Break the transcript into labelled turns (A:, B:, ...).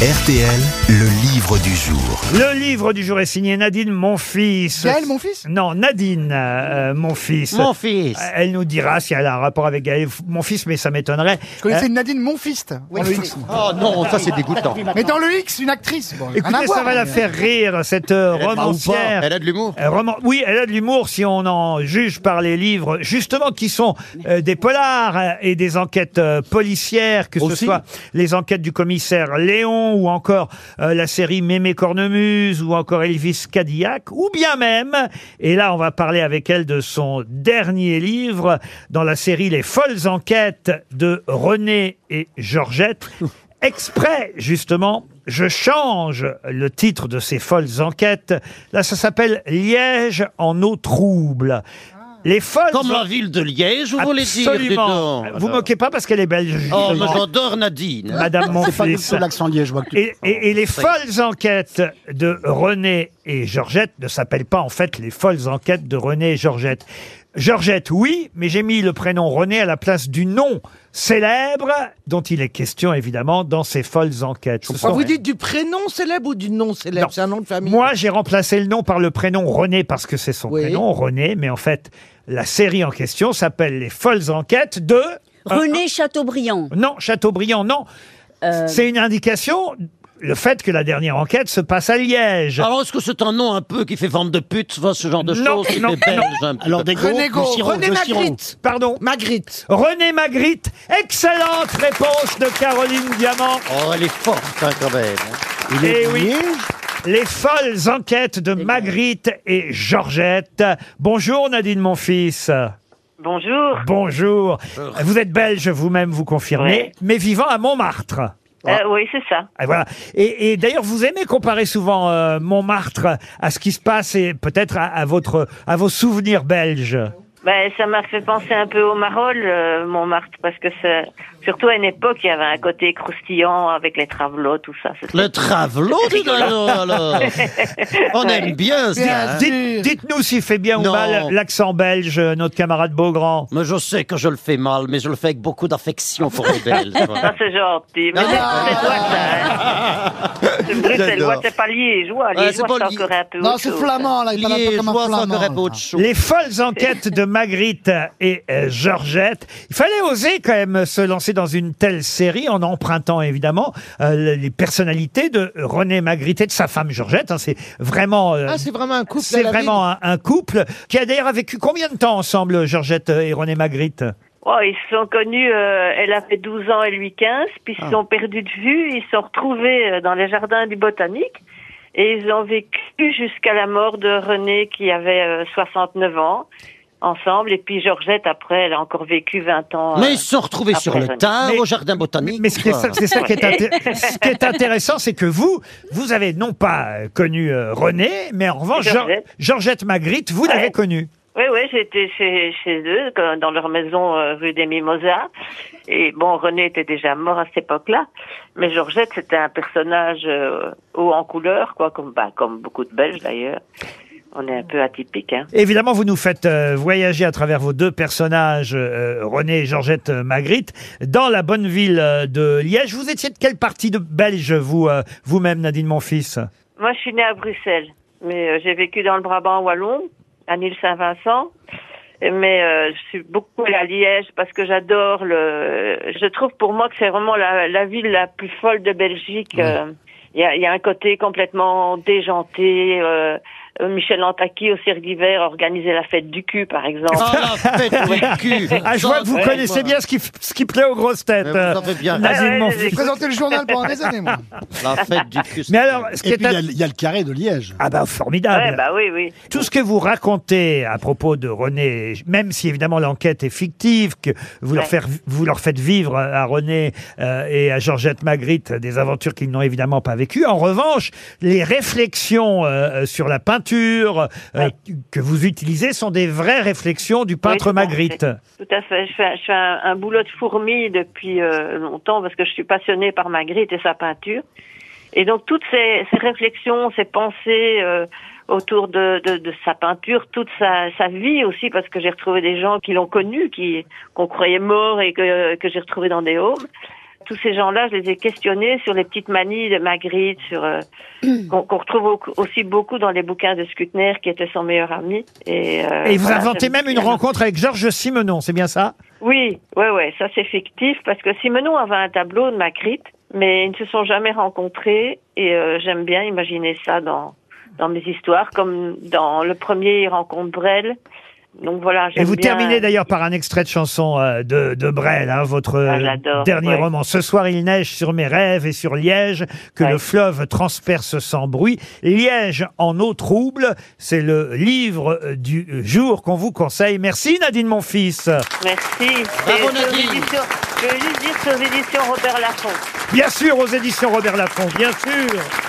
A: RTL, le livre du jour.
B: Le livre du jour est signé Nadine Monfils.
C: Gaël, mon fils
B: Non, Nadine euh, Monfils.
D: Mon fils.
B: Elle nous dira si elle a un rapport avec Gaël Monfils, mais ça m'étonnerait. Euh,
C: Je connaissais une Nadine Monfiste. dans le X.
D: Oh non, ça c'est dégoûtant.
C: Mais dans le X, une actrice. Bon, rien à
B: Écoutez, ça
C: voir,
B: va la
C: mais-
B: faire rire, cette euh, romancière.
D: hein. Elle a de l'humour.
B: Euh, roman- Oui, elle a de l'humour si on en juge par les livres, justement, qui sont euh, des polars euh, et des enquêtes euh, policières, que ce
D: Aussi.
B: soit les enquêtes du commissaire Léon ou encore euh, la série Mémé Cornemuse ou encore Elvis Cadillac, ou bien même, et là on va parler avec elle de son dernier livre dans la série Les folles enquêtes de René et Georgette. Exprès, justement, je change le titre de ces folles enquêtes. Là, ça s'appelle Liège en eau trouble. Les folles
D: Comme la ville de Liège, vous voulez dire
B: Absolument.
D: dedans.
B: Vous moquez pas parce qu'elle est belge.
D: Oh, mais
B: justement.
D: j'adore
E: Ah,
D: Nadine.
B: Madame
C: C'est pas du
B: Monfils.
C: tout l'accent liégeois que tu-
B: Et, et- et les folles enquêtes de René et Georgette ne s'appellent pas en fait les folles enquêtes de René et Georgette. Georgette, oui, mais j'ai mis le prénom René à la place du nom célèbre dont il est question évidemment dans ces folles enquêtes. Ce
E: Ah,
B: sont-
E: vous dites du prénom célèbre ou du nom célèbre
B: Non.
E: C'est un nom de famille.
B: Moi, j'ai remplacé le nom par le prénom René parce que c'est son
E: Oui.
B: prénom René, mais en fait, la série en question s'appelle Les folles enquêtes de euh,
F: René Chateaubriand.
B: non Chateaubriand, non.
E: Euh.
B: C'est une indication. Le fait que la dernière enquête se passe à Liège.
D: Alors, est-ce que c'est un nom un peu qui fait vente de pute, tu vois, ce genre de
B: Non,
D: choses qui
B: non,
D: fait belge un petit
C: Alors,
D: peu.
C: des gros,
E: René Gau,
C: du sirop,
E: René
C: du sirop.
E: Magritte.
B: Pardon.
E: Magritte.
B: René Magritte, excellente réponse de Caroline Diamant.
D: Oh, elle est forte, hein, quand même.
B: Il est oui, les folles enquêtes
E: Eh
B: de Magritte et Georgette. Bonjour Nadine, mon fils.
G: Bonjour.
B: Bonjour. Vous êtes belge vous-même, vous confirmez,
G: Ouais.
B: mais vivant à Montmartre.
G: Euh, oui, c'est ça.
B: Et voilà. Et, et d'ailleurs, vous aimez comparer souvent euh, Montmartre à ce qui se passe et peut-être à, à votre à vos souvenirs belges.
G: Ben, ça m'a fait penser un peu au Marolles, euh, Montmartre, parce que c'est surtout à une époque, il y avait un côté croustillant avec les travelots, tout ça. C'était-
D: Le travelot, dis donc, alors. On aime bien ça. hein.
B: Dites- Dites-nous s'il fait bien ou
D: Non.
B: mal l'accent belge, euh, notre camarade Beaugrand.
D: Mais je sais que je le fais mal, mais je le fais avec beaucoup d'affection pour les Belges.
G: Ça, c'est gentil. Mais c'est bruxellois, ça. Hein. C'est bruxellois,
D: J'adore.
G: c'est pas liégeois.
D: Ouais, c'est
G: Liégeois,
D: pas
G: c'est
D: li-
G: encore un peu
C: Non,
G: autre
C: c'est
G: chose,
C: flamand, là. Il parle un peu
D: Liégeois,
C: comme un
D: ça
C: flamand.
D: encore
C: là.
D: un peu autre chose.
B: Les folles enquêtes de Magritte et euh, Georgette. Il fallait oser quand même se lancer dans une telle série en empruntant évidemment euh, les personnalités de René Magritte et de sa femme Georgette. hein. c'est vraiment euh,
E: Ah, c'est vraiment un couple. à
B: C'est
E: la
B: vraiment un, un couple qui a d'ailleurs vécu combien de temps ensemble, Georgette euh, et René Magritte
G: Oh, ils se sont connus, euh, elle avait 12 ans et lui 15, puis ils se sont perdus de vue, ils se sont retrouvés euh, dans les jardins du botanique et ils ont vécu jusqu'à la mort de René qui avait euh, 69 ans ensemble et puis Georgette après elle a encore vécu 20 ans.
D: Mais
G: euh.
D: ils se sont retrouvés
G: Après,
D: sur le
G: je ne-
D: tard,
B: Mais-
D: au jardin botanique. Ah,
B: Mais ce qui est,
D: quoi.
B: ça- c'est ça qui est, inté- ce qui est intéressant, c'est que vous, vous avez non pas euh, connu euh, René, mais en revanche,
G: Et
B: Geor-
G: Georgette.
B: Georgette Magritte, vous l'avez
G: Ouais.
B: connue.
G: Oui oui, j'étais chez chez eux quand- dans leur maison euh, rue des Mimosas et bon René était déjà mort à cette époque-là, mais Georgette c'était un personnage euh, haut en couleur quoi comme bah, comme beaucoup de Belges d'ailleurs. On est un peu atypique hein.
B: Évidemment, vous nous faites euh, voyager à travers vos deux personnages, euh, René et Georgette euh, Magritte, dans la bonne ville euh, de Liège. Vous étiez de quelle partie de Belge, vous, euh, vous-même, Nadine Monfils
G: Moi, je suis née à Bruxelles, mais euh, j'ai vécu dans le Brabant wallon, à Nîmes Saint-Vincent. Et- Mais euh, je suis beaucoup allée à Liège parce que j'adore le. Je trouve pour moi que c'est vraiment la, la ville la plus folle de Belgique. euh, Il y, a, il y a un côté complètement déjanté. euh, euh, Michel Antaki au cirque d'hiver organisait la fête du cul, par exemple.
D: Oh, la fête du cul
B: Ah, je vois que vous
D: Ouais,
B: connaissez
D: moi.
B: bien ce qui, f- ce qui plaît aux grosses têtes. euh,
D: Mais vous en faites bien.
B: Nadine
G: Ah ouais,
B: Monfils.
C: J'ai présenté le journal pendant des années, moi.
D: La fête du cul.
B: Mais alors, ce qui
C: Et puis,
B: est
C: il y,
B: un-
C: a- il y a le carré de Liège.
B: ah bah
G: Ouais,
B: formidable.
G: bah oui, oui.
B: Tout ce que vous racontez à propos de René, même si évidemment l'enquête est fictive, que vous leur,
G: Ouais.
B: faire- vous leur faites vivre à René euh, et à Georgette Magritte des aventures qu'ils n'ont évidemment pas vécues. En revanche, les réflexions euh, sur la peinture euh, que vous utilisez sont des vraies réflexions du peintre
G: tout à
B: Magritte.
G: Tout à fait. Je fais, je fais un, un boulot de fourmi depuis euh, longtemps parce que je suis passionnée par Magritte et sa peinture. Et donc toutes ces, ces réflexions, ces pensées euh, autour de, de, de sa peinture, toute sa, sa vie aussi, parce que j'ai retrouvé des gens qui l'ont connu, qui qu'on croyait mort et que, que j'ai retrouvé dans des homes. tous ces gens-là, je les ai questionnés sur les petites manies de Magritte, sur euh, qu'on qu'on retrouve au- aussi beaucoup dans les bouquins de Skutner, qui était son meilleur ami. Et, euh,
B: Et vous
G: voilà,
B: inventez
G: ça me
B: même une
G: tient.
B: rencontre avec Georges Simenon, c'est bien ça
G: Oui, ouais, ouais, ça c'est fictif parce que Simenon avait un tableau de Magritte, mais ils ne se sont jamais rencontrés et euh, j'aime bien imaginer ça dans dans mes histoires, comme dans le premier il rencontre Brel. Donc voilà,
B: Et
G: j'aime
B: vous
G: bien-
B: terminez d'ailleurs par un extrait de chanson euh, de, de Brel, hein, votre
G: Ah,
B: euh,
G: j'adore,
B: dernier
G: ouais.
B: roman. Ce soir, il neige sur mes rêves et sur Liège, que
G: Ouais.
B: le fleuve transperce sans bruit. Liège en eau trouble, c'est le livre euh, du jour qu'on vous conseille. Merci Nadine Monfils.
G: Merci.
D: Bravo,
G: Et sur les
D: Nadine.
G: éditions- Je veux juste dire sur les éditions Robert Laffont.
B: Bien sûr, aux éditions Robert Laffont, bien sûr.